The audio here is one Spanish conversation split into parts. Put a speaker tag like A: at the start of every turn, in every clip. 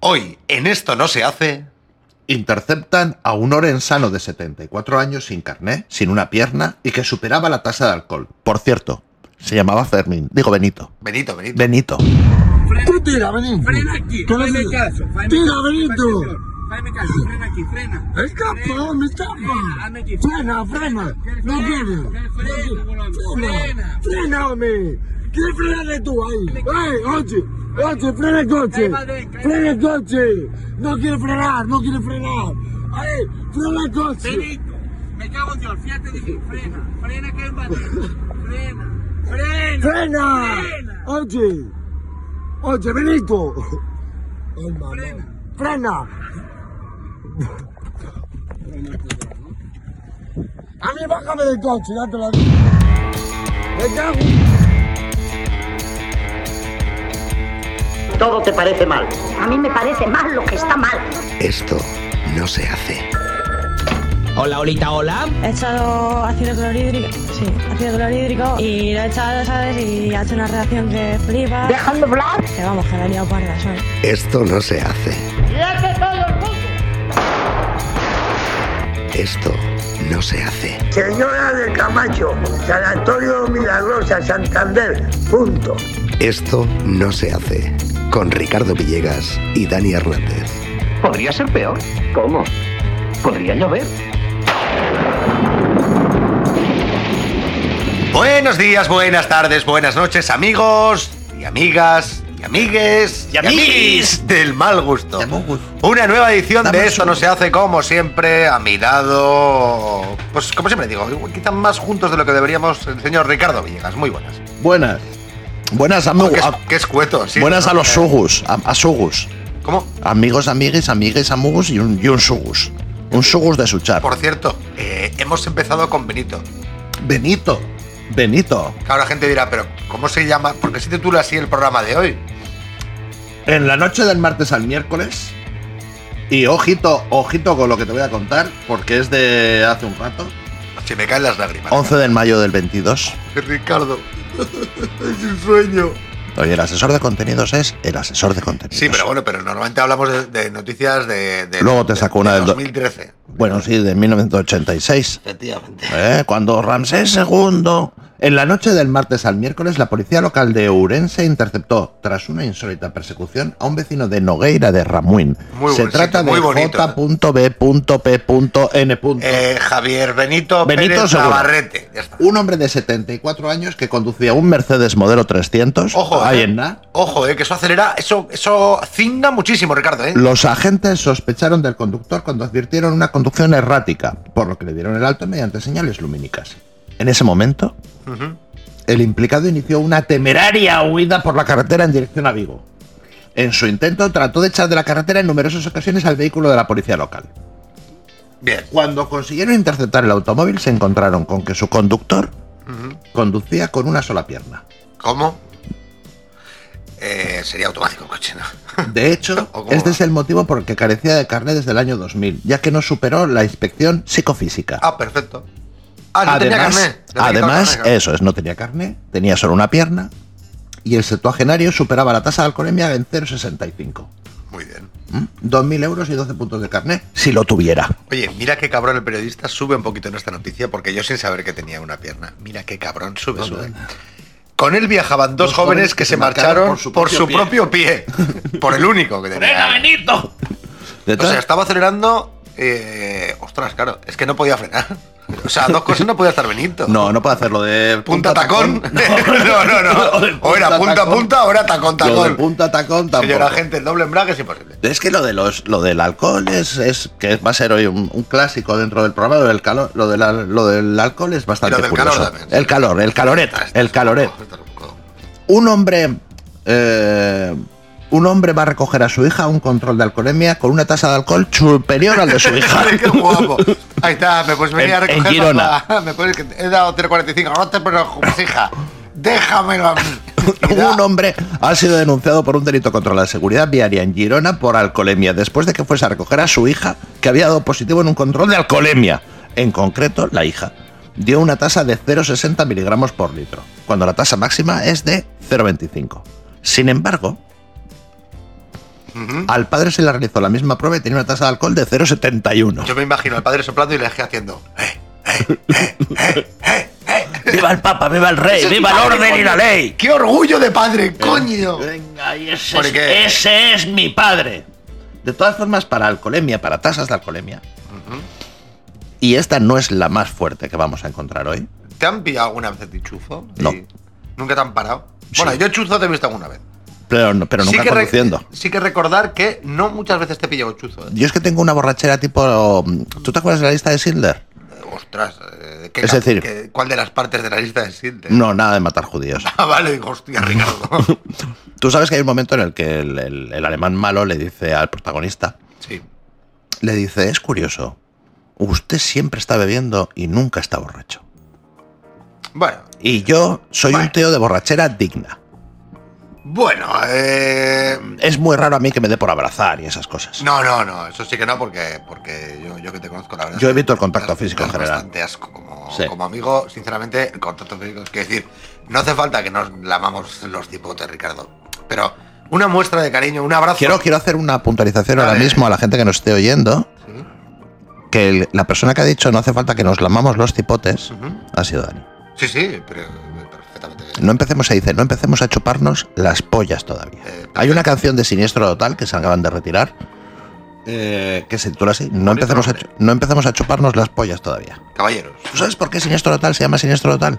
A: Hoy, en esto no se hace.
B: Interceptan a un orensano de 74 años sin carné, sin una pierna y que superaba la tasa de alcohol. Por cierto, se llamaba Fermín. Digo Benito.
A: Benito, Benito.
B: Benito.
C: Tú tira, Benito.
D: Frena aquí,
C: Tú le
D: hazme
C: dices,
D: caso. hazme
C: Tira,
D: caso,
C: Benito.
D: supervisor. Hazme caso, frena aquí, frena.
C: Es capaz, me tapa.
D: hazme aquí.
C: Frena, frena. No quiere. Frena, frena, hombre. ¿Qué frenas tú ahí? ¡Ey, oye! ¡Oye, frena el coche! ¡Frena el coche! No quiere frenar, no quiere frenar. ¡Ey, frena el coche!
D: Benito, me cago en Dios, fíjate, dije, frena, frena que embadé. Frena, frena.
C: ¡Frena!
D: Frena.
C: ¡Oye! ¡Oye, Benito! Ay, mamá. ¡Frena! A mí bájame del coche, ya te lo digo. ¡Me cago!
E: Todo te parece mal. A mí me parece mal lo que está mal.
A: Esto no se hace.
F: Hola, Olita, hola.
G: He echado ácido clorhídrico, sí, ácido clorhídrico y lo he echado, ¿sabes? Y ha hecho una reacción que flipa.
E: Dejando hablar.
G: Que vamos, que la he liado parda, ¿sabes?
A: Esto no se hace. Esto no se hace.
C: Señora de Camacho, San Antonio Milagrosa, Santander, punto.
A: Esto no se hace. Con Ricardo Villegas y Dani Hernández.
H: Podría ser peor. ¿Cómo? Podría llover.
A: Buenos días, buenas tardes, buenas noches, amigos y amigas y amigues y amiguis del mal gusto. Una nueva edición
B: Dame
A: de
B: un
A: Esto no
B: segundo.
A: se hace como siempre, a mi lado, pues como siempre digo, quizás más juntos de lo que deberíamos el señor Ricardo Villegas. Muy buenas.
B: Buenas. Buenas, amigo-
A: Oh, qué, es-
B: a-
A: qué escueto. sí. Eh,
B: buenas a los sugus. A, a sugus.
A: ¿Cómo?
B: Amigos, amigues, amigues, amugus y un, y un sugus. Un sugus de su char.
A: Por cierto, eh, hemos empezado con Benito.
B: Benito. Benito.
A: Que ahora gente dirá, pero ¿cómo se llama? ¿Por qué se titula así el programa de hoy?
B: En la noche del martes al miércoles. Y ojito, ojito con lo que te voy a contar, porque es de hace un rato.
A: Se me caen las lágrimas.
B: 11 de mayo del 22.
A: Ricardo, es un sueño.
B: Oye, el asesor de contenidos es el asesor de contenidos.
A: Sí, pero bueno, pero normalmente hablamos de, de noticias de, de-
B: Luego te
A: de-
B: saco una
A: de
B: del do-
A: 2013.
B: Bueno, sí, de 1986.
A: Efectivamente.
B: ¿eh? Cuando Ramsés II. En la noche del martes al miércoles, la policía local de Ourense interceptó, tras una insólita persecución, a un vecino de Nogueira de Ramuín.
A: Muy
B: Se
A: buen
B: trata
A: sitio, muy bonito.
B: J.B.P.N.
A: Eh, Javier Benito,
B: Benito
A: Pérez
B: seguro.
A: Navarrete. Ya está.
B: un hombre de 74 años que conducía un Mercedes modelo 300.
A: Ojo,
B: ahí
A: eh.
B: en nada.
A: Ojo, eh, que eso acelera, eso, eso cinga muchísimo, Ricardo, eh.
B: Los agentes sospecharon del conductor cuando advirtieron una conducción errática, por lo que le dieron el alto mediante señales lumínicas. En ese momento,
A: Ujú.
B: el implicado inició una temeraria huida por la carretera en dirección a Vigo. En su intento trató de echar de la carretera en numerosas ocasiones al vehículo de la policía local.
A: Bien.
B: Cuando consiguieron interceptar el automóvil se encontraron con que su conductor
A: Ujú.
B: conducía con una sola pierna.
A: ¿Cómo? Eh, sería automático el coche, ¿no?
B: De hecho,
A: ¿O cómo
B: este
A: va?
B: es el motivo por el que carecía de carnet desde el año 2000, ya que no superó la inspección psicofísica.
A: Ah, perfecto. Ah, no tenía
B: además,
A: carné. Le había quitado
B: además
A: carné, claro.
B: eso es, no tenía carne, tenía solo una pierna y el septuagenario superaba la tasa de alcoholemia en 0,65.
A: Muy bien.
B: ¿Mm? 2.000 euros y 12 puntos de carne si lo tuviera.
A: Oye, mira qué cabrón el periodista sube un poquito en esta noticia, porque yo sin saber que tenía una pierna. Mira qué cabrón, sube, sube. Con él viajaban dos,
B: Dos
A: jóvenes,
B: jóvenes
A: que se marcharon por su, propio, pie. por el único que tenía.
B: Benito!
A: O sea, estaba acelerando. eh, ostras, claro, es que no podía frenar. O sea, dos cosas no podía estar Benito.
B: no, no puedo hacerlo de
A: Punta tacón. No, no,
B: Lo de
A: no. O era punta
B: tacón.
A: punta, o era tacón
B: Lo de
A: tacón.
B: punta tacón tampoco.
A: Señora gente, el doble embrague es imposible.
B: Es que lo de los, lo del alcohol es, es que va a ser hoy un, un clásico dentro del programa. Lo del calor, lo del, al- lo del alcohol es
A: Y
B: bastante
A: lo del
B: curioso.
A: calor también, sí. Ah,
B: El calor, el caloreta, el caloret. Un hombre, eh, un hombre va a recoger a su hija a un control de alcoholemia con una tasa de alcohol superior al de su hija.
A: Ay, qué guapo. Ahí está, me puedes venir
B: En-
A: a recoger.
B: en Girona.
A: papá. Me puedes, he dado 0.45. No te preocupes, hija. Déjamelo a mí. Y da-
B: Un hombre ha sido denunciado por un delito contra la seguridad viaria en Girona por alcoholemia, después de que fuese a recoger a su hija, que había dado positivo en un control de alcoholemia. En concreto, la hija dio una tasa de 0,60 miligramos por litro, cuando la tasa máxima es de 0,25. Sin embargo,
A: Ujú.
B: Al padre se le realizó la misma prueba y tenía una tasa de alcohol de 0,71.
A: Yo me imagino al padre soplando y la eje haciendo. "Eh,
B: ¡Viva el Papa, viva el Rey,
A: ese es mi padre, coño! ¡Qué orgullo de padre,
B: Eh,
A: coño!
B: Venga, y ese,
A: ¿Por
B: es,
A: qué?
B: ese es mi padre. De todas formas, para alcoholemia, para tasas de alcoholemia, y esta no es la más fuerte que vamos a encontrar hoy.
A: ¿Te han pillado alguna vez de chufo?
B: No.
A: Sí. ¿Nunca te han parado?
B: Sí.
A: Bueno, yo chuzo te he visto alguna vez.
B: Pero, no- pero nunca
A: re-
B: conduciendo.
A: sí que recordar que no muchas veces te he pillado chuzo. ¿eh?
B: Yo es que tengo una borrachera tipo. ¿Tú te acuerdas de la lista de Schindler?
A: Eh, Ostras, eh, ¿qué
B: Es
A: ca-
B: decir- Mm.
A: qué- ¿cuál de las partes de la lista es Schindler?
B: No, nada de matar judíos.
A: Ah, vale, digo, hostia, Ricardo.
B: Tú sabes que hay un momento en el que el, el- el alemán malo le dice al protagonista:
A: sí.
B: Le dice, es curioso, usted siempre está bebiendo y nunca está borracho.
A: Bueno,
B: Y yo soy
A: Bueno.
B: un tío de borrachera digna.
A: bueno, eh.
B: Es muy raro a mí que me dé por abrazar y esas cosas.
A: No, no, no, eso sí que no, porque, porque yo, yo que te conozco, la verdad.
B: Yo
A: es que
B: evito el contacto
A: das-
B: físico en
A: das
B: general.
A: bastante asco como,
B: Sí.
A: como amigo, sinceramente, el contacto físico. Es que decir, no hace falta que nos lamamos los cipotes, Ricardo. Pero una muestra de cariño, un abrazo.
B: Quiero, quiero hacer una puntualización ahora
A: Vale.
B: mismo a la gente que nos esté oyendo.
A: Sí.
B: Que el- la persona que ha dicho no hace falta que nos lamamos los cipotes
A: Ujú.
B: ha sido Dani.
A: Sí, sí, pero perfectamente.
B: No empecemos a dice, no empecemos a chuparnos las pollas todavía.
A: Eh,
B: Hay una canción de Siniestro Total que se acaban de retirar. eh, que se titula así. No
A: Bonito
B: empecemos, a,
A: nombre.
B: chu- no empecemos a chuparnos las pollas todavía.
A: Caballeros.
B: ¿Tú sabes por qué Siniestro Total se llama Siniestro Total?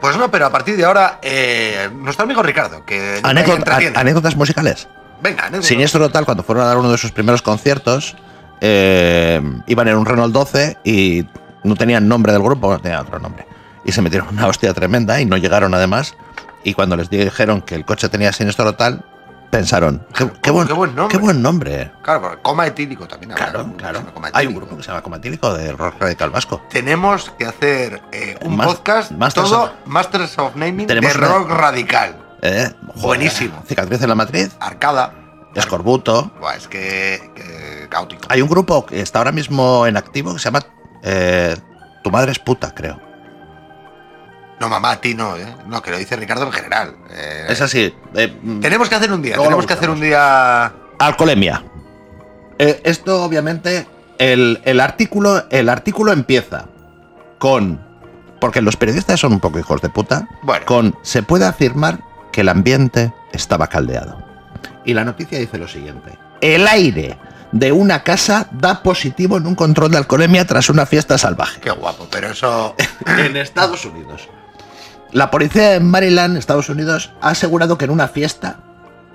A: Pues no, pero a partir de ahora, eh, nuestro amigo Ricardo, que
B: Anécdota-
A: entretiene.
B: a- anécdotas musicales.
A: Venga, anécdota.
B: Siniestro Total, cuando fueron a dar uno de sus primeros conciertos, eh, iban en un Renault 12 y no tenían nombre del grupo, no tenían otro nombre. Y se metieron una hostia tremenda y no llegaron además. Y cuando les dijeron que el coche tenía Siniestro Total, pensaron, qué, qué buen,
A: Qué buen nombre.
B: qué buen nombre.
A: Claro, porque coma etílico también. habrá
B: Claro,
A: algún-
B: claro.
A: coma
B: Hay un
A: etílico.
B: grupo que se llama Comatílico de rock radical vasco.
A: Tenemos que hacer eh, un
B: Mas-
A: podcast
B: Masters
A: todo
B: of-
A: Masters of Naming
B: Tenemos
A: de
B: una-
A: rock radical.
B: ¿eh?
A: Buenísimo.
B: Cicatriz en la matriz,
A: Arcada.
B: escorbuto.
A: Buah, es que, que caótico.
B: Hay un grupo que está ahora mismo en activo que se llama eh, Tu madre es puta, creo.
A: No, mamá, a ti no, ¿eh? No, que lo dice Ricardo en general. Eh,
B: Es así. eh, mm,
A: Tenemos que hacer un día,
B: Luego lo
A: tenemos que hacer
B: buscamos.
A: un día...
B: Alcoholemia. Eh, esto, obviamente, el, el artículo, el artículo empieza con. Porque los periodistas son un poco hijos de puta.
A: Bueno.
B: Con se puede afirmar que el ambiente estaba caldeado. Y la noticia dice lo siguiente: el aire de una casa da positivo en un control de alcoholemia tras una fiesta salvaje
A: Qué guapo, pero eso...
B: en Estados Unidos. La policía en Maryland, Estados Unidos, ha asegurado que en una fiesta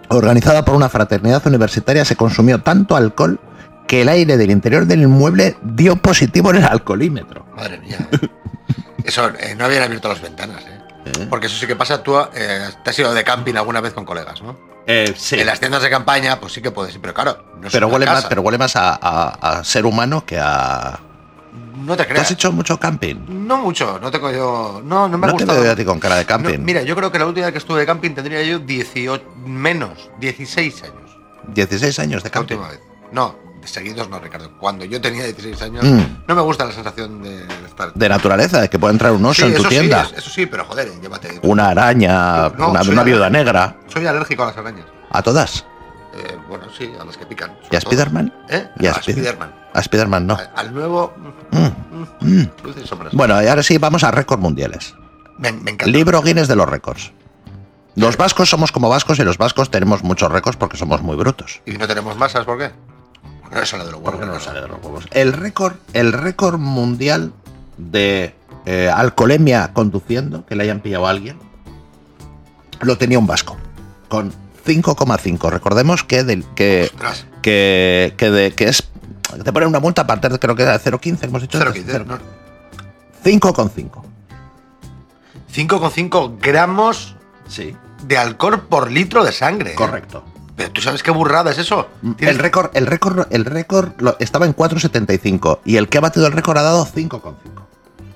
B: organizada por una fraternidad universitaria se consumió tanto alcohol que el aire del interior del inmueble dio positivo en el alcoholímetro.
A: Madre mía. ¿eh? Eso, eh, no habían abierto las ventanas, ¿eh? Porque eso sí que pasa, tú eh, te has ido de camping alguna vez con colegas, ¿no? En las tiendas de campaña, pues sí que puedes ir, pero claro, no es
B: eh, pero,
A: una
B: huele más,
A: casa.
B: pero huele más a, a- a ser humano que a...
A: No te
B: ¿Tú has
A: creas.
B: hecho mucho camping?
A: No mucho, no tengo yo. No, no me ha
B: No te
A: gustado.
B: veo a ti con cara de
A: No,
B: camping.
A: mira, yo creo que la última vez que estuve de camping tendría yo 18, menos, 16 años.
B: 16 años de
A: La
B: camping.
A: última vez. No, de seguidos no, Ricardo. Cuando yo tenía 16 años,
B: Mm.
A: no me gusta la sensación de de estar.
B: De naturaleza, de que puede entrar un
A: Sí,
B: oso en tu
A: eso sí,
B: tienda.
A: es- eso sí, pero joder, eh, llévate.
B: Una araña,
A: No,
B: una,
A: soy
B: una
A: al-
B: viuda negra.
A: Soy alérgico a las arañas.
B: A todas.
A: Eh, bueno, sí, a las que pican. sobre
B: ¿Y a
A: todo.
B: Spiderman?
A: ¿Eh?
B: ¿Y a
A: No, a
B: Spider-
A: Spiderman.
B: A Spiderman no.
A: A- Al nuevo. mm,
B: Mm,
A: mm,
B: mm.
A: luces y sombras.
B: Bueno, y ahora sí vamos a récords mundiales.
A: me, me encanta.
B: Libro Guinness de los récords. Los vascos somos como vascos y los vascos tenemos muchos récords porque somos muy brutos.
A: Y no tenemos masas, ¿por qué? No es la de los huevos.
B: Porque no nos
A: Ricardo.
B: sale de los huevos. El récord, el récord mundial de eh, alcoholemia conduciendo, que le hayan pillado a alguien, lo tenía un vasco. Con 5,5. Recordemos que, del, que,
A: Ostras.
B: que, que de- que es. Te ponen una multa a partir, creo que era de 0,15, hemos dicho.
A: Cero
B: antes,
A: quince,
B: cero-
A: no.
B: 5,5.
A: 5,5 gramos
B: Sí.
A: de alcohol por litro de sangre. ¿eh?
B: Correcto. Mm,
A: Pero tú sabes qué burrada es eso. Tienes-
B: El récord, el récord, el récord lo- estaba en 4.75 y el que ha batido el récord ha dado 5.5.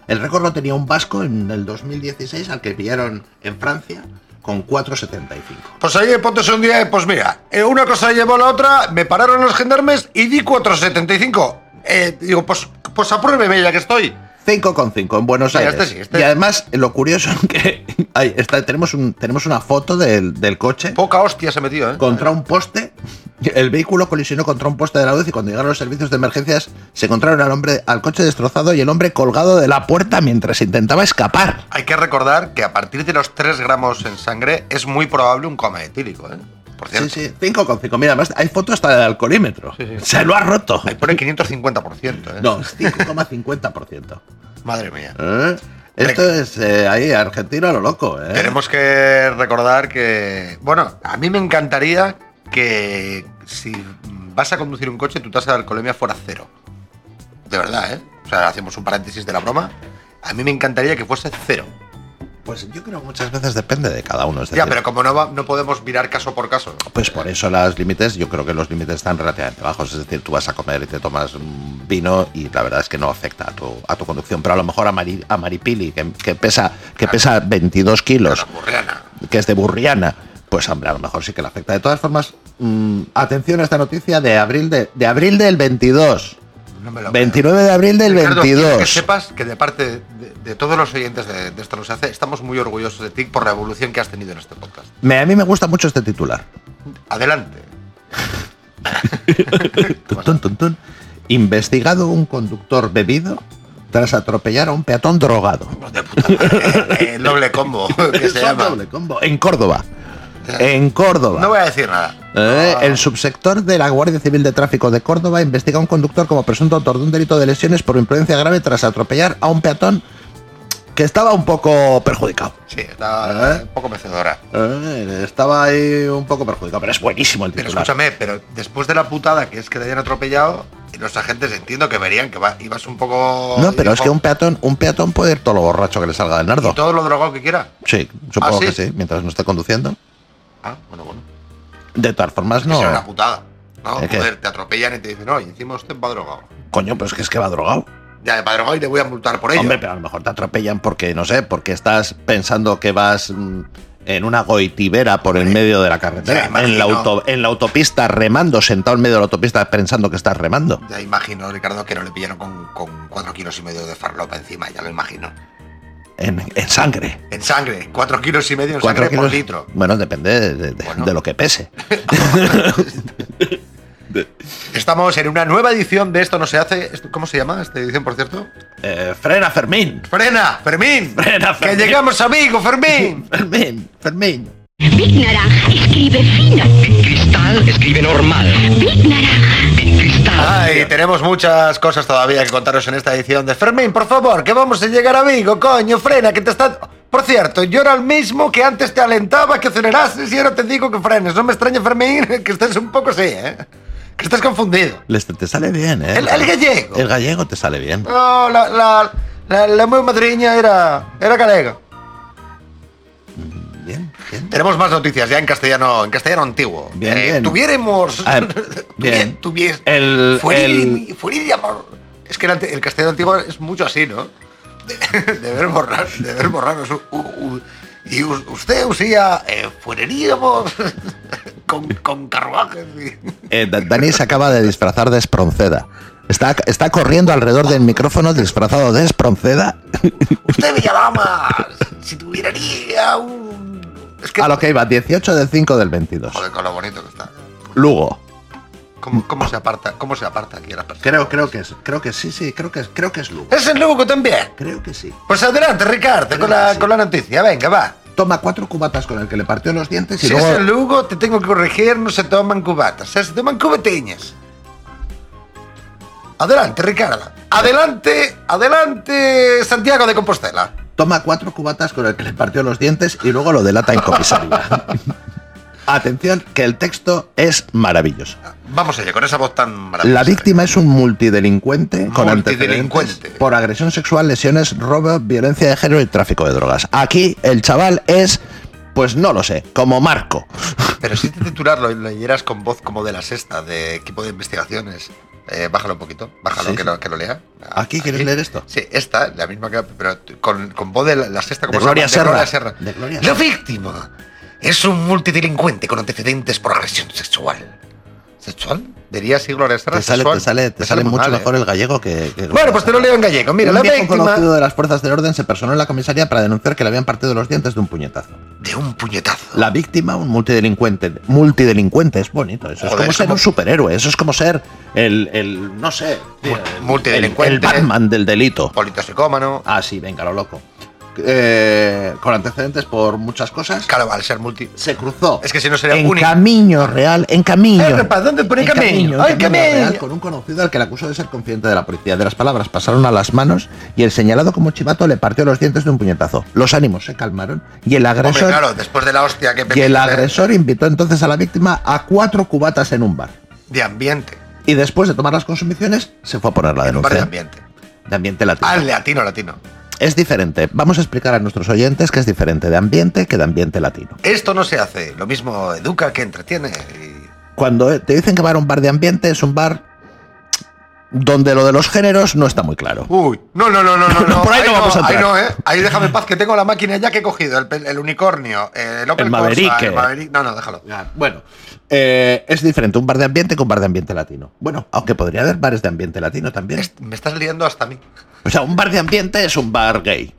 B: El récord lo tenía un vasco en el 2016 al que pillaron en Francia con 4.75.
A: Pues ahí ponte un día, eh, pues mira, eh, una cosa llevó a la otra, me pararon los gendarmes y di 4,75. Eh, digo, pues, pues apruébeme ya que estoy.
B: 5,5 en Buenos
A: Sí,
B: Aires.
A: este sí, este.
B: Y además, lo curioso es que ahí está, tenemos, un, tenemos una foto del, del coche
A: Poca hostia se ha metido, ¿eh?
B: contra un poste. El vehículo colisionó contra un poste de la luz y cuando llegaron los servicios de emergencias se encontraron al hombre al coche destrozado y el hombre colgado de la puerta mientras intentaba escapar.
A: Hay que recordar que a partir de los 3 gramos en sangre es muy probable un coma etílico, ¿eh? Por
B: Sí,
A: cierto.
B: sí, 5,5. Mira, además hay fotos hasta del alcoholímetro. Se lo ha roto.
A: Ahí pone 550%, ¿eh?
B: No, es 5,50%.
A: Madre mía.
B: ¿Eh? Esto es eh, ahí, argentino a lo loco. ¿eh?
A: Tenemos que recordar que. Bueno, a mí me encantaría que si vas a conducir un coche, tu tasa de alcoholemia fuera cero. De verdad, ¿eh? O sea, hacemos un paréntesis de la broma. A mí me encantaría que fuese cero.
B: Pues yo creo que muchas veces depende de cada uno. es
A: Ya,
B: decir,
A: pero como no, va- no podemos mirar caso por caso.
B: Pues por eso los límites, yo creo que los límites están relativamente bajos. Es decir, tú vas a comer y te tomas un vino y la verdad es que no afecta a tu, a tu conducción. Pero a lo mejor a, Mari- a Maripili, que, que pesa, que pesa 22 kilos,
A: Una murriana.
B: que es de Burriana, pues hombre, a lo mejor sí que le afecta. De todas formas, mm, atención a esta noticia de abril, de, de abril del 22.
A: No me lo creo.
B: 29 de abril del
A: Ricardo, quiero que
B: 22.
A: sepas que de parte de, de todos los oyentes de, de esto nos hace, estamos muy orgullosos de ti por la evolución que has tenido en este podcast.
B: Me, a mí me gusta mucho este titular.
A: Adelante.
B: Tun, tun, tun, tun. Investigado un conductor bebido tras atropellar a un peatón drogado.
A: El doble combo que se
B: Son
A: llama. Eh,
B: doble combo. En Córdoba. En Córdoba.
A: No voy a decir nada.
B: Eh, El subsector de la Guardia Civil de Tráfico de Córdoba investiga a un conductor como presunto autor de un delito de lesiones por imprudencia grave tras atropellar a un peatón que estaba un poco perjudicado.
A: Sí, está
B: ¿Eh?
A: un poco mecedora.
B: Eh, estaba ahí un poco perjudicado, pero es buenísimo el
A: Pero
B: titular.
A: escúchame, pero después de la putada que es que te hayan atropellado, los agentes entiendo que verían que va- ibas un poco.
B: no, pero es que
A: dijo,
B: un peatón, un peatón puede ir todo lo borracho que le salga del nardo.
A: y todo lo drogado que quiera.
B: Sí, supongo
A: ¿Ah, sí?
B: que sí, mientras no esté conduciendo.
A: Ah, bueno, bueno.
B: De todas formas,
A: No.
B: no.
A: Es una putada. No,
B: ¿El qué?
A: joder, te atropellan y te dicen, no, y encima usted va drogado.
B: Coño, pero es que es que va drogado.
A: Ya, va drogado y le voy a multar por ello.
B: Hombre, pero a lo mejor te atropellan porque, no sé, porque estás pensando que vas mm, en una goitibera por el medio de la carretera,
A: Ya, imagino.
B: en, la auto- en la autopista remando, sentado en medio de la autopista pensando que estás remando.
A: Ya imagino, Ricardo, que no le pillaron con, con cuatro kilos y medio de farlopa encima, ya lo imagino.
B: En, en sangre.
A: En sangre, cuatro kilos y medio en
B: Cuatro
A: sangre por
B: kilos-
A: litro.
B: Bueno, depende de, de-
A: Bueno.
B: de lo que pese.
A: Estamos en una nueva edición de Esto no se hace. Esto- ¿Cómo se llama esta edición, por cierto?
B: Eh, frena, Fermín.
A: ¡Frena, Fermín!
B: Frena, Fermín.
A: ¡Que llegamos, amigo, Fermín!
B: Fermín, Fermín.
E: Big Naranja escribe fino.
H: Cristal escribe normal.
E: Big Naranja.
H: Cristal.
A: Ay, tenemos muchas cosas todavía que contaros en esta edición de Fermín, por favor, que vamos a llegar a Vigo, coño, frena, que te está... Por cierto, yo era el mismo que antes te alentaba que acelerases y ahora te digo que frenes. No me extraña, Fermín, que estés un poco así, ¿eh? Que estés confundido.
B: Les- te sale bien, ¿eh?
A: El- el gallego.
B: El gallego te sale bien.
A: No, la, la, la, la muy madriña era, era galega.
B: Bien, bien.
A: Tenemos más noticias ya en castellano, en castellano antiguo. Eh,
B: Bien, bien.
A: Tuviéramos...
B: Ah,
A: bien.
B: bien.
A: Tuviéramos...
B: El-
A: Fueri-
B: el-
A: fueríamos- Es que el, ante- el castellano antiguo es mucho así, ¿no? De, de ver borrar, de ver borrar. es u- u- y us- usted usía eh, fuereríamos con, con carruajes. y-
B: Eh, Da- Dani se acaba de disfrazar de Espronceda. Está, está corriendo alrededor del micrófono disfrazado de Espronceda.
A: Usted Villalama, si tuviera un... Es que...
B: A lo que iba, 18 del 5 del 22.
A: Joder, con lo bonito que está.
B: pues. Lugo.
A: ¿Cómo, cómo se aparta? ¿Cómo se aparta aquí la persona?
B: Creo, creo que es, creo que sí, sí, creo que es, creo que es Lugo.
A: Es el Lugo también.
B: Creo que sí.
A: Pues adelante, Ricardo, con la, con la noticia. Venga, va.
B: Toma cuatro cubatas con el que le partió los dientes y
A: Si
B: luego.
A: es el Lugo, te tengo que corregir, no se toman cubatas, se toman cubatiñas. Adelante, Ricardo. Adelante, adelante, Santiago de Compostela.
B: Toma cuatro cubatas con el que le partió los dientes y luego lo delata en comisaría. Atención, que el texto es maravilloso.
A: Vamos allá, con esa voz tan maravillosa.
B: La víctima es un multidelincuente con antecedentes
A: Multidelincuente.
B: por agresión sexual, lesiones, robo, violencia de género y tráfico de drogas. Aquí el chaval es, pues no lo sé, como Marco.
A: Pero si este titular lo leyeras con voz como de la sexta, de equipo de investigaciones. Eh, bájalo un poquito, bájalo,
B: Sí,
A: que,
B: sí.
A: Lo, que lo lea.
B: Aquí, ¿quieres leer esto?
A: Sí, esta, la misma que... Pero con, con voz de la, la sexta como
B: De Gloria Serra.
A: Gloria Serra.
B: De Gloria
A: La
B: Serra.
A: víctima es un multidelincuente con antecedentes por agresión sexual. ¿Sexual? Diría sí, Gloria Serra.
B: Te sale,
A: sexual.
B: te sale, te
A: Me
B: sale mucho
A: mal, ¿eh?
B: mejor el gallego que... que-
A: Bueno, pues te lo leo en gallego. Mira,
B: Un
A: la
B: viejo
A: víctima
B: conocido de las fuerzas del orden se personó en la comisaría para denunciar que le habían partido los dientes de un puñetazo.
A: de un puñetazo.
B: La víctima, un multidelincuente. Multidelincuente es bonito. Eso
A: Joder,
B: es como
A: es
B: ser
A: como-
B: un superhéroe. Eso es como ser el, el no sé, tío,
A: Mul-
B: el-
A: multidelincuente.
B: El, Batman del delito.
A: Polito psicómano.
B: Ah, sí, venga, lo loco. Eh, con antecedentes por muchas cosas.
A: Claro, al ser multi.
B: Se cruzó.
A: Es que si no sería
B: En
A: único.
B: camino real, en camino.
A: Eh, rapaz, ¿dónde pone
B: En
A: camino?
B: en
A: ¡Ay, camino!
B: real, con un conocido al que le acusó de ser confidente de la policía. De las palabras pasaron a las manos y el señalado como chivato le partió los dientes de un puñetazo. Los ánimos se calmaron y el agresor
A: Hombre, claro, eh. después de la hostia que
B: y el
A: pegó,
B: agresor invitó entonces a la víctima a cuatro cubatas en un bar.
A: De ambiente.
B: Y después de tomar las consumiciones, se fue a poner la
A: En un bar de
B: denuncia.
A: ambiente.
B: De ambiente latino.
A: Ah, latino, latino.
B: Es diferente. Vamos a explicar a nuestros oyentes que es diferente de ambiente que de ambiente latino.
A: Esto no se hace. Lo mismo educa que entretiene. y-
B: Cuando te dicen que va a un bar de ambiente, es un bar donde lo de los géneros no está muy claro.
A: Uy, no, no, no, no, no. no.
B: Por ahí no vamos a
A: Ahí
B: entrar.
A: no, ¿eh? Ahí déjame en paz que tengo la máquina ya que he cogido. El, pe- el unicornio, el Opel
B: El
A: Corsa,
B: Maverick,
A: el
B: eh.
A: Maverick. No, no, déjalo.
B: Ah, Bueno, eh, es diferente un bar de ambiente que un bar de ambiente latino. Bueno, aunque podría haber bares de ambiente latino también.
A: Es- me estás liando hasta a mí.
B: O sea, un bar de ambiente es un bar gay.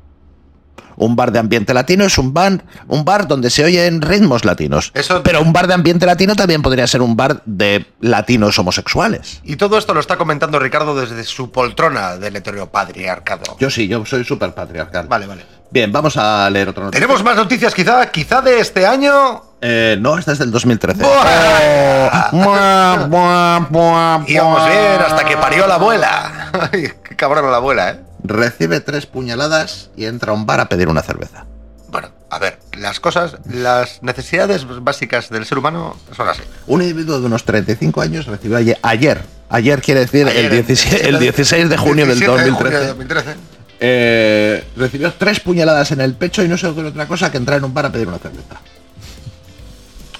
B: Un bar de ambiente latino es un bar, un bar donde se oyen ritmos latinos.
A: Eso-
B: Pero un bar de ambiente latino también podría ser un bar de latinos homosexuales.
A: Y todo esto lo está comentando Ricardo desde su poltrona del heteropatriarcado.
B: Yo sí, yo soy súper patriarcal.
A: Vale, vale.
B: Bien, vamos a leer otro noticia.
A: Tenemos más noticias quizá, quizá de este año.
B: Eh, no, esta es del 2013.
A: ¡Buah!
B: Oh, Mua, mua, mua,
A: Íbamos
B: mua.
A: bien hasta que parió la abuela. Ay, qué cabrón la abuela, ¿eh?
B: Recibe tres puñaladas y entra a un bar a pedir una cerveza.
A: Bueno, a ver, las cosas, las necesidades básicas del ser humano son así.
B: Un individuo de unos 35 años recibió ayer, ayer, ayer quiere decir
A: Ayer,
B: el, 17 el 16 de junio del
A: 17 de junio
B: 2013,
A: de 2013.
B: eh, recibió tres puñaladas en el pecho y no se ocurre otra cosa que entrar en un bar a pedir una cerveza.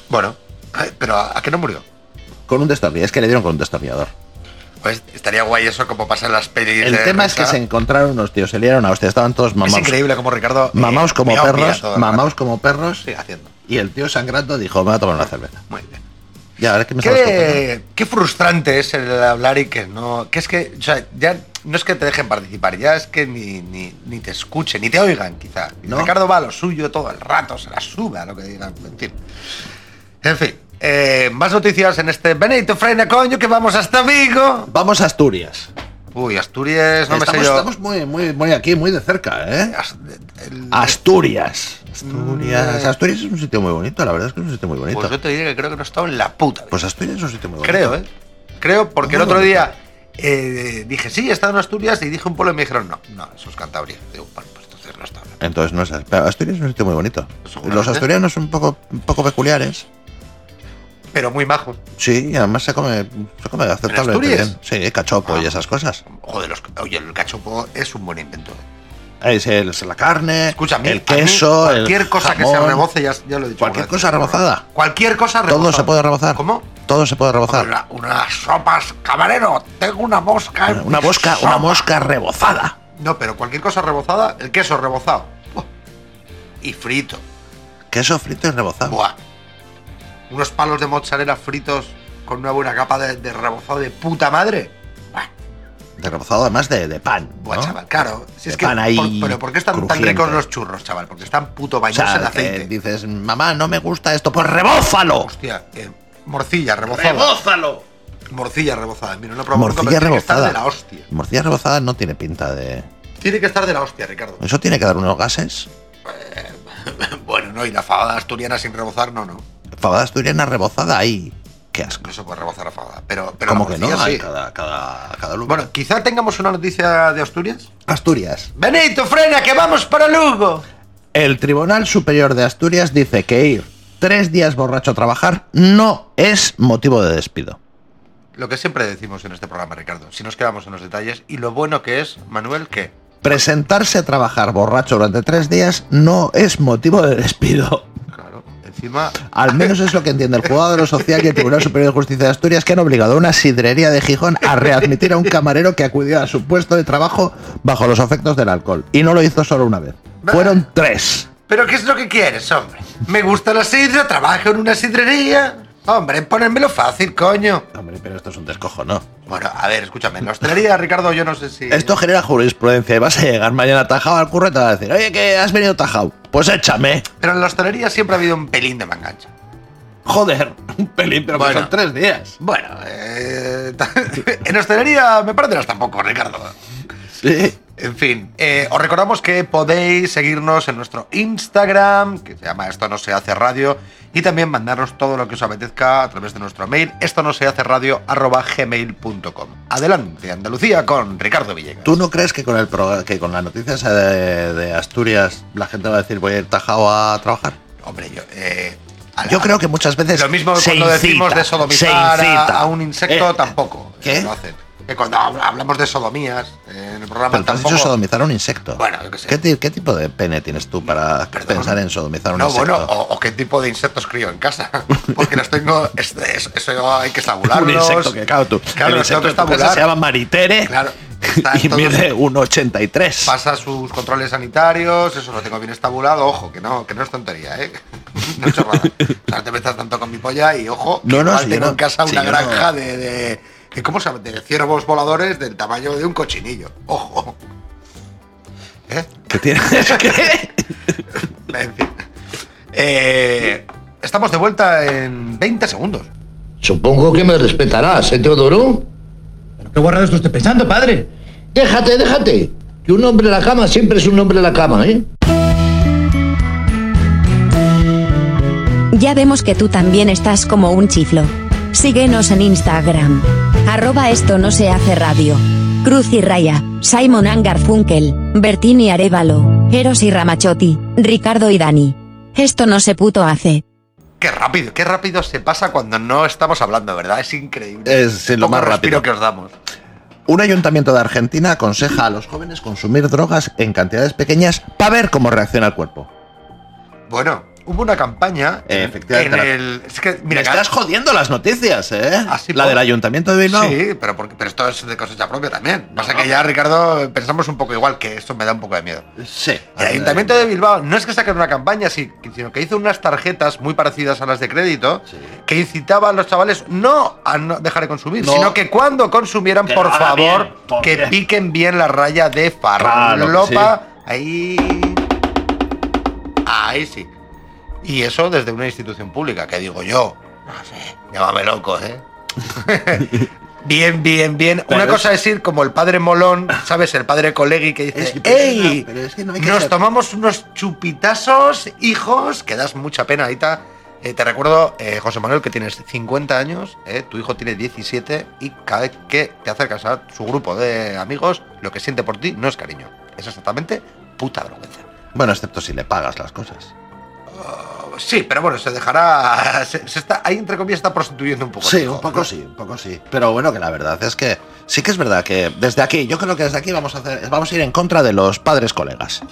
A: Bueno, ay, pero ¿a, a qué no murió?
B: Con un destornillador, es que le dieron con un destornillador.
A: Pues estaría guay eso como pasa en las pelis.
B: El
A: de
B: tema es que
A: risa.
B: se encontraron unos tíos, se liaron a hostia, estaban todos
A: Es
B: mamados.
A: increíble como Ricardo. eh,
B: Mamaos como
A: mira,
B: perros,
A: mira todo el
B: mamaos como perros,
A: rato. Sigue haciendo.
B: y el tío sangrando dijo, me voy a tomar una cerveza.
A: Muy bien.
B: Ya, ahora es que me estabas contando.
A: Qué, qué frustrante es el hablar y que no. Que es que, o sea, ya no es que te dejen participar, ya es que ni, ni, ni te escuchen, ni te oigan, quizá. Y
B: ¿No?
A: Ricardo va a lo suyo todo el rato, se la sube a lo que digan, en fin. En fin, eh, más noticias en este Benito Frena, coño, que vamos hasta Vigo.
B: Vamos a Asturias.
A: Uy, Asturias, no
B: estamos
A: me sé yo.
B: estamos muy, muy, muy aquí, muy de cerca, ¿eh?
A: As- el-
B: Asturias. Asturias.
A: Mm.
B: Asturias es un sitio muy bonito, la verdad es que es un sitio muy bonito.
A: Pues yo te diré que creo que no he estado en la puta. vida.
B: Pues Asturias es un sitio muy bonito.
A: Creo, ¿eh? Creo, porque el
B: Muy
A: otro
B: bonito.
A: día eh, dije, sí, he estado en Asturias y dije un pueblo y me dijeron, no, no, eso es Cantabria. Digo, bueno, pues entonces no está.
B: Entonces no es pero Asturias es un sitio muy bonito.
A: Seguramente.
B: Los asturianos son un poco, un poco peculiares.
A: Pero muy majos.
B: Sí, y además se come, se come aceptablemente
A: Asturias?
B: bien. Sí, cachopo
A: Ah.
B: y esas cosas.
A: Joder, los, oye, el cachopo es un buen invento. ¿eh?
B: Es, el- es la carne,
A: Escucha, a mí-
B: el
A: a mí
B: queso, el
A: cualquier cosa que se
B: jamón.
A: reboce, ya, ya lo he dicho. alguna
B: Cualquier
A: vez.
B: cosa rebozada.
A: Cualquier cosa rebozada.
B: Todo se puede rebozar.
A: ¿Cómo?
B: Todo se puede rebozar.
A: Una- unas sopas, camarero, tengo una mosca. en
B: Una
A: mi
B: mosca,
A: sopa.
B: una mosca rebozada.
A: No, pero cualquier cosa rebozada, el queso rebozado. Buah. Y frito.
B: Queso frito y rebozado.
A: Buah. Unos palos de mozzarella fritos con una buena capa de, de rebozado de puta madre. Buah,
B: De rebozado además de, de pan.
A: buah,
B: ¿no?
A: chaval, claro. Si es
B: De
A: que,
B: pan ahí
A: por- pero ¿por qué están tan
B: crujiente.
A: ricos los churros, chaval? Porque están puto
B: O
A: bañados
B: sea, eh,
A: en
B: que
A: aceite.
B: dices, mamá, no me gusta esto, pues rebófalo.
A: Hostia, eh, morcilla rebozada. Morcilla rebozada. Mira, no he probado nunca,
B: Morcilla
A: pero Tiene
B: rebozada.
A: que estar de la hostia.
B: Morcilla rebozada no tiene pinta de.
A: Tiene que estar de la hostia, Ricardo.
B: Eso tiene que dar unos gases.
A: bueno, no, y la fabada asturiana sin rebozar, no, no.
B: Fabada asturiana rebozada ahí. Qué asco.
A: No se puede rebozar la fabada. Pero, pero
B: Como
A: la
B: que no,
A: morcilla
B: hay
A: sí.
B: cada, cada, cada lugar.
A: Bueno, quizá tengamos una noticia de Asturias.
B: Asturias.
A: Benito, frena, que vamos para Lugo.
B: El Tribunal Superior de Asturias dice que ir tres días borracho a trabajar no es motivo de despido.
A: Lo que siempre decimos en este programa, Ricardo, si nos quedamos en los detalles, y lo bueno que es, Manuel, que
B: Presentarse a trabajar borracho durante tres días no es motivo de despido.
A: claro, encima
B: Al menos es lo que entiende el juzgado de lo social y el Tribunal Superior de Justicia de Asturias, que han obligado a una sidrería de Gijón a readmitir a un camarero que acudió a su puesto de trabajo bajo los efectos del alcohol. Y no lo hizo solo una vez. Fueron tres.
A: ¿Pero qué es lo que quieres, hombre? Me gusta la sidra, trabajo en una sidrería. Hombre, ponérmelo fácil, coño.
B: Hombre, pero esto es un descojo, ¿no?
A: Bueno, a ver, escúchame. En la hostelería, Ricardo, yo no sé si.
B: Esto genera jurisprudencia y vas a llegar mañana tajado al curro y te vas a decir, oye, que has venido tajado. Pues échame.
A: Pero en la hostelería siempre ha habido un pelín de mangancha.
B: Joder, un pelín, pero que
A: Bueno.
B: son tres días.
A: Bueno, eh, en hostelería me parece tampoco, Ricardo.
B: Sí.
A: En fin, eh, os recordamos que podéis seguirnos en nuestro Instagram, que se llama Esto no se hace radio, y también mandarnos todo lo que os apetezca a través de nuestro mail, esto no se hace radio arroba gmail.com. Adelante, Andalucía con Ricardo Villegas.
B: ¿Tú no crees que con, el proga- que con la noticia esa de, de Asturias la gente va a decir voy a ir tajado a trabajar?
A: Hombre, yo... eh, a la-
B: Yo creo que muchas veces.
A: Lo mismo que
B: se
A: cuando decimos
B: incita,
A: de sodomizar
B: se
A: a,
B: incita.
A: a un insecto,
B: Eh,
A: tampoco.
B: ¿Qué?
A: eh, lo hacen. Que cuando habl- hablamos de sodomías eh, en el programa
B: Pero te has
A: tampoco...
B: dicho sodomizar a un insecto.
A: Bueno, yo qué sé.
B: ¿Qué, ti- qué tipo de pene tienes tú para
A: Perdón.
B: pensar en sodomizar a un
A: No,
B: insecto?
A: bueno, o, o qué tipo de insectos crío en casa. Porque los tengo. es- es- eso hay que
B: un
A: estabularlos.
B: insecto que, claro, tú.
A: Claro,
B: el
A: los tengo
B: insecto
A: que
B: de tu casa
A: estabular.
B: se llama Maritere
A: Claro, está
B: y
A: todo-
B: mide 1,83.
A: Pasa sus controles sanitarios, eso lo tengo bien estabulado. Ojo, que no, que no es tontería, ¿eh? No es chorrada. O sea, te metas tanto con mi polla y ojo, que
B: No, no,
A: igual
B: si yo
A: tengo
B: no-
A: en casa
B: si
A: una
B: yo no-
A: granja de, de, de- ¿Cómo se llama? De ciervos voladores del tamaño de un cochinillo. Ojo. ¿Eh?
B: ¿Qué tienes? ¿Qué?
A: En fin. Eh, estamos de vuelta en 20 segundos.
I: Supongo que me respetarás, ¿eh, Teodoro?
F: ¿Qué guarrado está usted pensando, padre?
I: Déjate, déjate. Que un hombre en la cama siempre es un hombre en la cama, ¿eh?
J: Ya vemos que tú también estás como un chiflo. Síguenos en Instagram. Arroba esto no se hace radio. Cruz y Raya, Simon Angar Funkel, Bertini Arevalo, Eros y Ramachotti, Ricardo y Dani. Esto no se puto hace.
A: Qué rápido, qué rápido se pasa cuando no estamos hablando, ¿verdad? Es increíble.
B: Es sí, lo
A: Poco
B: más
A: respiro
B: rápido.
A: que os damos.
B: Un ayuntamiento de Argentina aconseja a los jóvenes consumir drogas en cantidades pequeñas para ver cómo reacciona el cuerpo.
A: Bueno, hubo una campaña
B: Eh,
A: en-
B: efectivamente,
A: en
B: la-
A: el es que
B: Me
A: mira que-
B: estás jodiendo las noticias, ¿eh?
A: Así
B: La
A: po-
B: del ayuntamiento de Bilbao.
A: Sí, pero, porque- pero esto es de cosecha propia también. Pasa que ya, Ricardo, pensamos un poco igual, que esto me da un poco de miedo.
B: Sí. eh,
A: El Ayuntamiento de Bilbao no es que saquen una campaña, sí, sino que hizo unas tarjetas muy parecidas a las de crédito
B: Sí.
A: que incitaban a los chavales no a no dejar de consumir,
B: No.
A: sino que cuando consumieran,
B: Que
A: por
B: lo hagan
A: favor,
B: bien, por
A: que
B: bien.
A: piquen bien la raya de farlopa. Ahí. Ahí sí. Y eso desde una institución pública, que digo yo. No sé, llámame loco, ¿eh? Bien, bien, bien.
B: Pero
A: una
B: es-
A: cosa es ir como el padre Molón, ¿sabes? El padre Colegui que dice,
B: Es que- pero es
A: ¡Ey!
B: una- pero es que no hay que
A: Nos
B: ser-
A: tomamos unos chupitazos, hijos, que das mucha pena, Aita. Eh, te recuerdo, eh, José Manuel, que tienes 50 años, eh, tu hijo tiene 17 y cada vez que te acercas a su grupo de amigos, lo que siente por ti no es cariño. Es exactamente puta vergüenza.
B: Bueno, excepto si le pagas las cosas.
A: Sí, pero bueno, se dejará... Se, se está, ahí, entre comillas, está prostituyendo un poco.
B: Sí,
A: hijo,
B: un poco
A: ¿no?
B: sí, un poco sí. Pero bueno, que la verdad es que sí que es verdad que desde aquí, yo creo que desde aquí vamos a hacer, vamos a ir en contra de los padres colegas.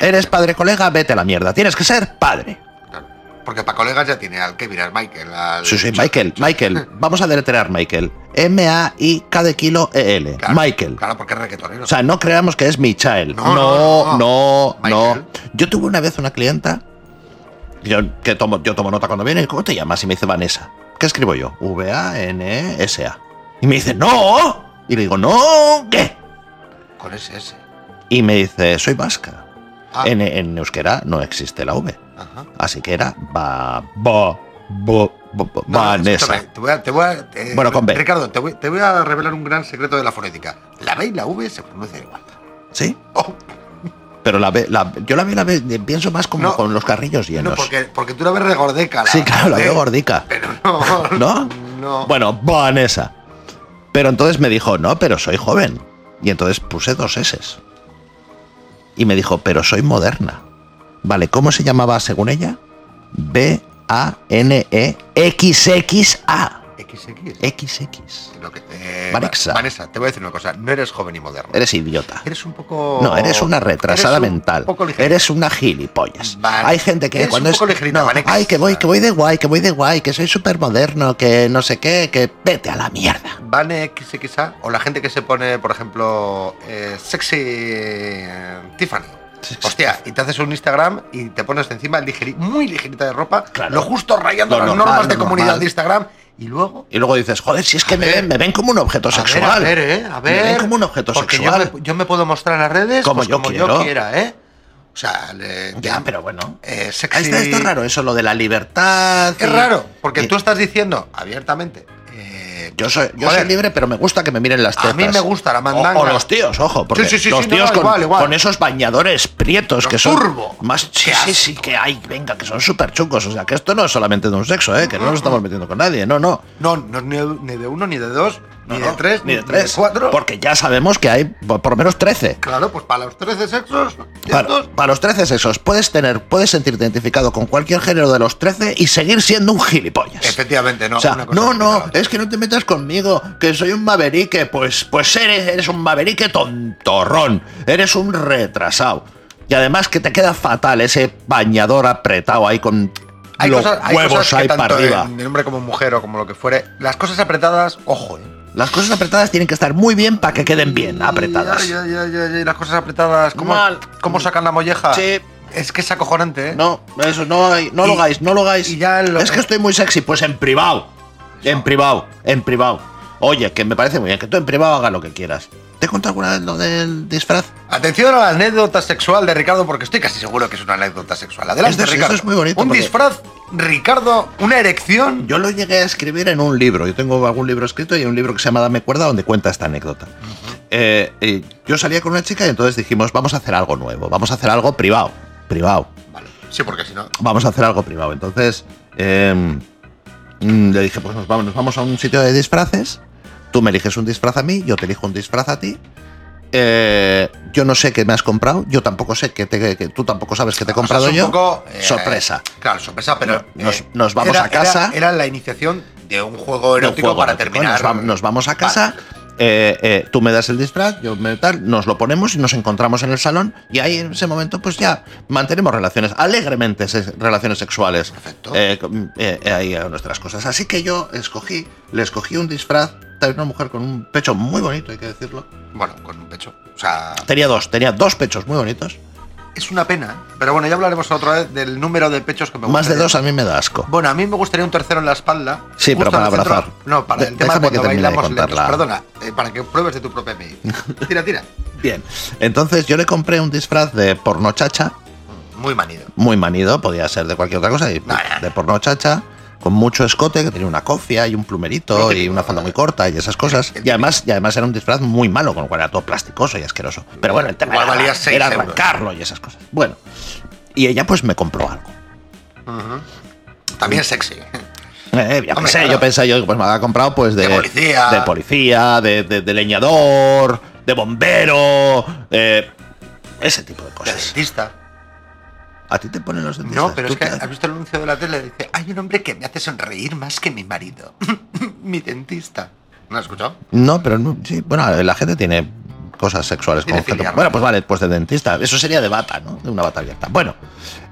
B: Eres padre colega, vete a la mierda. Tienes que ser padre.
A: Claro. Porque para colegas ya tiene al Kevin, al Michael, al...
B: Sí, sí, Michael, Michael. Vamos a deletrear Michael. M-A-I-K de kilo E-L.
A: Claro,
B: E Michael.
A: Claro, porque es reggaetonero.
B: O sea, no creamos que es Michael.
A: No,
B: No,
A: no,
B: no,
A: no.
B: no.
A: Michael.
B: Yo tuve una vez una clienta, yo, que tomo, yo tomo nota cuando viene, ¿cómo te llamas? Y me dice Vanessa. ¿Qué escribo yo? V-A-N-E-S-A. E Y me dice, no. Y le digo, no, ¿qué?
A: con ese, ese.
B: Y me dice, soy vasca.
A: Ah.
B: En, en euskera no existe la V.
A: Ajá.
B: Así que era va, va, va, va- va-
A: No,
B: Vanessa.
A: escúchame, Te voy a, te voy a- eh,
B: Bueno, con B.
A: Ricardo, te voy, te voy a revelar un gran secreto de la fonética. La B y la V se pronuncian igual.
B: ¿Sí?
A: Oh,
B: Pero la, B- la- yo la, B, la B, pienso más como
A: No.
B: con los carrillos
A: no,
B: llenos.
A: porque, porque tú la ves regordeca.
B: Sí, claro, la
A: B,
B: veo gordica.
A: Pero no.
B: ¿No?
A: No.
B: Bueno, Vanessa. Pero entonces me dijo, no, pero soy joven. Y entonces puse dos S. Y me dijo, pero soy moderna. Vale, ¿cómo se llamaba según ella? E B-A-N-E-X-X-A.
A: XX.
B: XX.
A: Lo que- eh,
B: Eh, Vanessa.
A: Va- Vanessa, te voy a decir una cosa. No eres joven y moderno.
B: Eres idiota.
A: Eres un poco.
B: No, eres una retrasada
A: eres un
B: mental.
A: poco ligero.
B: Eres una gilipollas.
A: Vale.
B: Hay gente que
A: Eres
B: cuando
A: un
B: es
A: poco ligerita,
B: no,
A: Vanessa.
B: ay, que voy, que voy de guay, que voy de guay, que soy súper moderno, que no sé qué, que vete a la mierda.
A: Vane XXA o la gente que se pone, por ejemplo, eh, sexy eh, Tiffany. Hostia, y te haces un Instagram y te pones encima el ligeri- muy ligerita de ropa, lo justo rayando
B: Lo
A: las
B: normal,
A: normas de
B: lo
A: comunidad
B: normal.
A: de Instagram y luego.
B: Y luego dices, joder, si es que me ven, me ven como un objeto
A: A ver,
B: sexual.
A: a ver, ¿eh? A ver.
B: Me ven como un objeto
A: porque
B: sexual.
A: Yo me, yo me puedo mostrar en las redes
B: Como
A: pues,
B: yo
A: como
B: quiero.
A: yo quiera, ¿eh? O sea, le-
B: Ya, pero bueno.
A: eh, sexy.
B: Ahí está, está raro eso, lo de la libertad.
A: Es
B: y-
A: raro, porque
B: y-
A: tú estás diciendo abiertamente. eh,
B: Yo soy, yo
A: Joder.
B: soy libre, pero me gusta que me miren las
A: A
B: tetas.
A: mí me gusta la
B: O-
A: mandanga.
B: O, los tíos, ojo, porque
A: Sí, sí, sí,
B: los
A: sí, no,
B: tíos
A: no,
B: con,
A: igual, igual.
B: con esos bañadores prietos
A: Los
B: que son
A: turbo.
B: más
A: Qué
B: sí, sí, sí, que hay, venga, que son súper chungos, o sea, que esto no es solamente de un sexo, eh, que no nos estamos metiendo con nadie, no, no.
A: no, no es ni, ni de uno, ni de dos,
B: No,
A: ni
B: no,
A: de tres,
B: ni de tres,
A: cuatro.
B: porque ya sabemos que hay por por lo menos 13.
A: Claro, pues para los 13 sexos,
B: Para,
A: estos,
B: para los 13 sexos, puedes tener, puedes sentirte identificado con cualquier género de los 13 y seguir siendo un gilipollas.
A: efectivamente, no.
B: o sea,
A: una cosa
B: no,
A: es
B: no, eh,
A: complicada.
B: es que no te metas conmigo, que soy un maverique, pues, pues eres, eres un maverique tontorrón, eres un retrasado. Y además que te queda fatal ese bañador apretado ahí con
A: Hay
B: los
A: cosas, hay
B: huevos
A: cosas que
B: ahí para
A: tanto
B: arriba.
A: en hombre como en mujer o como lo que fuere, las cosas apretadas, ojo, ¿eh?
B: Las cosas apretadas tienen que estar muy bien para que queden bien apretadas.
A: Ay, ay, ay, ay, ay, las cosas apretadas, ¿cómo,
B: Mal.
A: cómo sacan la molleja?
B: Sí.
A: Es que es acojonante, ¿eh?
B: No, eso no, hay- no
A: Y-
B: lo hagáis, no lo hagáis.
A: y ya lo-
B: Es que estoy muy sexy, pues en privado. En privado, en privado. Oye, que me parece muy bien, que tú en privado hagas lo que quieras. ¿Te he contado alguna vez lo del disfraz?
A: Atención a la anécdota sexual de Ricardo, porque estoy casi seguro que es una anécdota sexual. Adelante,
B: Esto es-
A: Ricardo.
B: esto es muy bonito,
A: Un
B: porque-
A: disfraz, Ricardo, una erección.
B: Yo lo llegué a escribir en un libro. Yo tengo algún libro escrito y hay un libro que se llama Dame cuerda donde cuenta esta anécdota. Eh, eh, yo salía con una chica y entonces dijimos, vamos a hacer algo nuevo, vamos a hacer algo privado, privado,
A: Vale, sí, porque si no.
B: vamos a hacer algo privado. Entonces eh, mm, le dije, pues nos vamos, nos vamos a un sitio de disfraces, tú me eliges un disfraz a mí, yo te elijo un disfraz a ti. Eh, yo no sé qué me has comprado, yo tampoco sé que, te- que tú tampoco sabes que te he comprado
A: O sea, es
B: yo.
A: un poco, eh,
B: Sorpresa.
A: Claro, sorpresa, pero. eh,
B: No, nos- nos vamos
A: era-
B: a casa.
A: Era, era la iniciación de un juego
B: de un
A: erótico
B: juego
A: para
B: erótico.
A: terminar.
B: Nos vam- Nos, vamos a casa. eh, eh, tú me das el disfraz, yo me tal, nos lo ponemos y nos encontramos en el salón y ahí en ese momento pues ya mantenemos relaciones, alegremente se- relaciones sexuales.
A: Perfecto.
B: Eh, con- eh, eh, ahí a nuestras cosas. Así que yo escogí, le escogí un disfraz de una mujer con un pecho muy bonito, hay que decirlo.
A: Bueno, con un pecho. O sea,
B: Tenía dos, tenía dos pechos muy bonitos.
A: es una pena. ¿eh? Pero bueno, ya hablaremos otra vez del número de pechos que me
B: Más de
A: gustaría.
B: dos a mí me da asco.
A: Bueno, a mí me gustaría un tercero en la espalda.
B: Sí,
A: justo
B: pero para
A: en el
B: abrazar.
A: No, para el
B: De-
A: tema de
B: déjame
A: cuando
B: que termine de
A: bailamos lentos.
B: contarla.
A: Perdona, eh, para que pruebes de tu propia medida. Tira, tira.
B: Bien, entonces yo le compré un disfraz de porno chacha.
A: Muy manido.
B: muy manido, podía ser de cualquier otra cosa, y
A: Nah.
B: de porno chacha, con mucho escote, que tenía una cofia y un
A: Lo
B: plumerito
A: típico,
B: y una falda
A: ¿no?
B: muy corta y esas cosas. Y además, y además era un disfraz muy malo, con lo cual era todo plasticoso y asqueroso. Pero bueno, el tema
A: Igual
B: era,
A: valía seis
B: era
A: euros.
B: arrancarlo y esas cosas. Bueno, y ella pues me compró algo.
A: También sexy.
B: Eh, ya
A: Hombre,
B: pensé,
A: claro.
B: yo pensé, yo pues me había comprado pues de,
A: De policía.
B: de, policía, de, de- de leñador, de bombero, eh, ese tipo de
A: De
B: cosas.
A: dentista.
B: A ti te ponen los dentistas.
A: No, pero
B: ¿Tú
A: es que
B: qué haces?
A: has visto el anuncio de la tele. Dice, hay un hombre que me hace sonreír más que mi marido. mi dentista. ¿No has escuchado?
B: No, pero no- sí, bueno, la gente tiene cosas sexuales
A: Tiene
B: como objeto.
A: filia, ¿no?
B: Bueno, pues vale, pues de dentista. Eso sería de bata, ¿no? De una bata abierta. Bueno,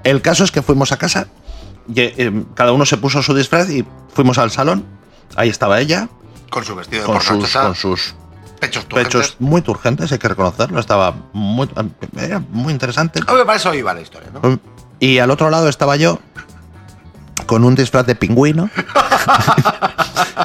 B: el caso es que fuimos a casa, y, eh, cada uno se puso su disfraz y fuimos al salón. Ahí estaba ella,
A: Con su vestido de
B: con sus,
A: borrachosa,
B: con sus
A: pechos
B: pechos
A: turgentes.
B: muy turgentes, hay que reconocerlo. Estaba muy, eh, era muy interesante.
A: Hombre, para eso iba la historia, ¿no?
B: Y al otro lado estaba yo con un disfraz de pingüino.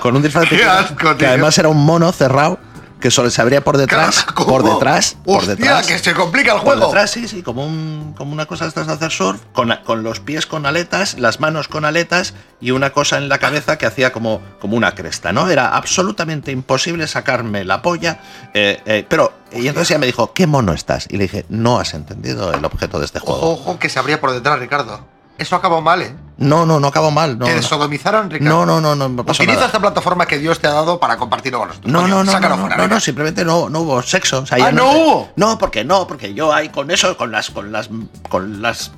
B: con un disfraz de
A: Qué
B: pingüino.
A: asco,
B: que
A: tío.
B: además era un mono cerrado que solo se abría por detrás.
A: ¿Cómo?
B: Por detrás. por
A: Hostia,
B: detrás.
A: que se complica el
B: por
A: juego.
B: detrás, sí, sí, como, un, como una cosa de estas de hacer surf, con, con los pies con aletas, las manos con aletas y una cosa en la cabeza que hacía como, como una cresta, ¿no? Era absolutamente imposible sacarme la polla, eh, eh, pero... Y entonces ella me dijo, ¿qué mono estás? Y le dije, no has entendido el objeto de este juego.
A: Ojo, ojo, que se abría por detrás, Ricardo. Eso acabó mal, ¿eh?
B: No, no, no acabo mal. No,
A: Te
B: no.
A: sodomizaron, Ricardo.
B: No, no, no, no me pasó
A: Utiliza
B: nada.
A: esta plataforma que Dios te ha dado para compartirlo con nosotros.
B: No,
A: Coño,
B: no, no,
A: sácalo
B: no, no,
A: fuera,
B: no,
A: venga.
B: no, simplemente no, no hubo sexo. o sea,
A: ¡Ah,
B: ya
A: no
B: te-
A: hubo!
B: No, porque no, porque yo ahí con eso, con las, con las, con las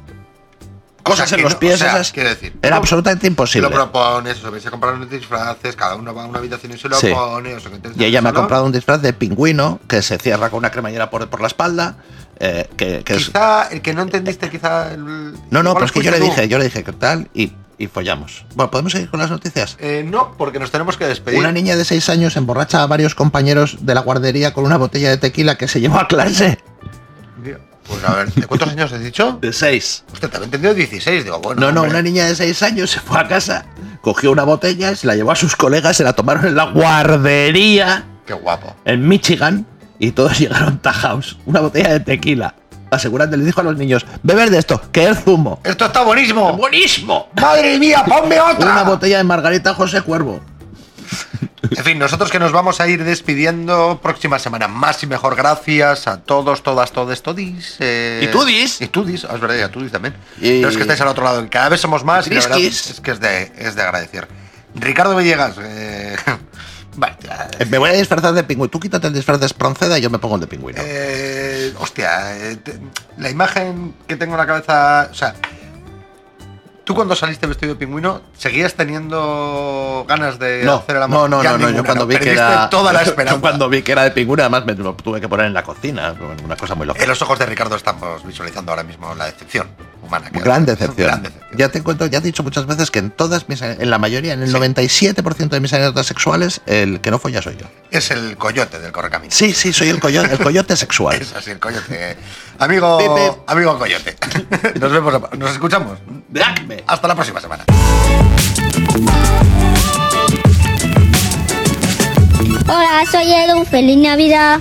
B: cosas
A: que
B: en los
A: no,
B: pies
A: o sea,
B: esas,
A: quiero decir,
B: era
A: tú-
B: absolutamente imposible.
A: Lo propones, os vais a comprar unos disfraces, cada uno va a una habitación y se lo
B: Sí.
A: pone. os lo metéis en
B: Y ella
A: el
B: me ha
A: salón.
B: comprado un disfraz de pingüino que se cierra con una cremallera por, por la espalda, eh, que, que es...
A: Quizá el que no entendiste, quizá. El,
B: No, no,
A: igual
B: pero es que yo le
A: fuiste tú.
B: dije, yo le dije que tal y, y follamos. Bueno, ¿podemos seguir con las noticias?
A: Eh, no, porque nos tenemos que despedir.
B: Una niña de 6 años emborracha a varios compañeros de la guardería con una botella de tequila que se llevó a clase.
A: Dios, Pues a ver, ¿de cuántos años has dicho?
B: De seis.
A: Usted también entendido 16, digo, bueno.
B: No, no,
A: hombre.
B: una niña de seis años se fue a casa, cogió una botella, se la llevó a sus colegas, se la tomaron en la guardería
A: Qué guapo.
B: en Michigan y todos llegaron tajados. Una botella de tequila. Asegurando, le dijo a los niños, beber de esto, que es zumo.
A: Esto está buenísimo.
B: ¡Buenísimo!
A: Madre mía, ponme otra.
B: Una botella de Margarita José Cuervo.
A: En fin, nosotros que nos vamos a ir despidiendo próxima semana. Más y mejor gracias a todos, todas, todes, todis. eh,
B: Y tudis.
A: Y tudis, ah, es verdad, y a tudis también.
B: Y-
A: Pero es que estáis al otro lado. Cada vez somos más. Y la verdad
B: Trisquis.
A: es que es de, es de agradecer. Ricardo Villegas. eh, vale, ya,
B: Eh, Me voy a disfrazar de pingüino. Tú quítate el disfraz de espronceda y yo me pongo el de pingüino.
A: eh, hostia, eh, te- la imagen que tengo en la cabeza. O sea, tú cuando saliste vestido de pingüino, ¿seguías teniendo ganas de
B: no,
A: hacer el amor?
B: no, no,
A: Ya
B: no, no,
A: ninguna,
B: Yo cuando vi que
A: Perdiste
B: era.
A: toda la
B: yo
A: esperanza.
B: cuando vi que era de pingüino, además me lo tuve que poner en la cocina. Una cosa muy loca.
A: En los ojos de Ricardo estamos visualizando ahora mismo la decepción humana. que-
B: Gran decepción.
A: Gran decepción.
B: Ya te cuento, ya he dicho muchas veces que en todas mis, en la mayoría, en el 97% de mis anécdotas sexuales, el que no folla soy yo.
A: Es el coyote del correcamino.
B: Sí, sí, soy el coyote, el coyote sexual.
A: Es así el coyote. Amigo,
B: Pip, pip.
A: amigo coyote. Nos vemos, nos escuchamos.
B: Dacme.
A: Hasta la próxima semana.
E: Hola, soy Edu. Feliz Navidad.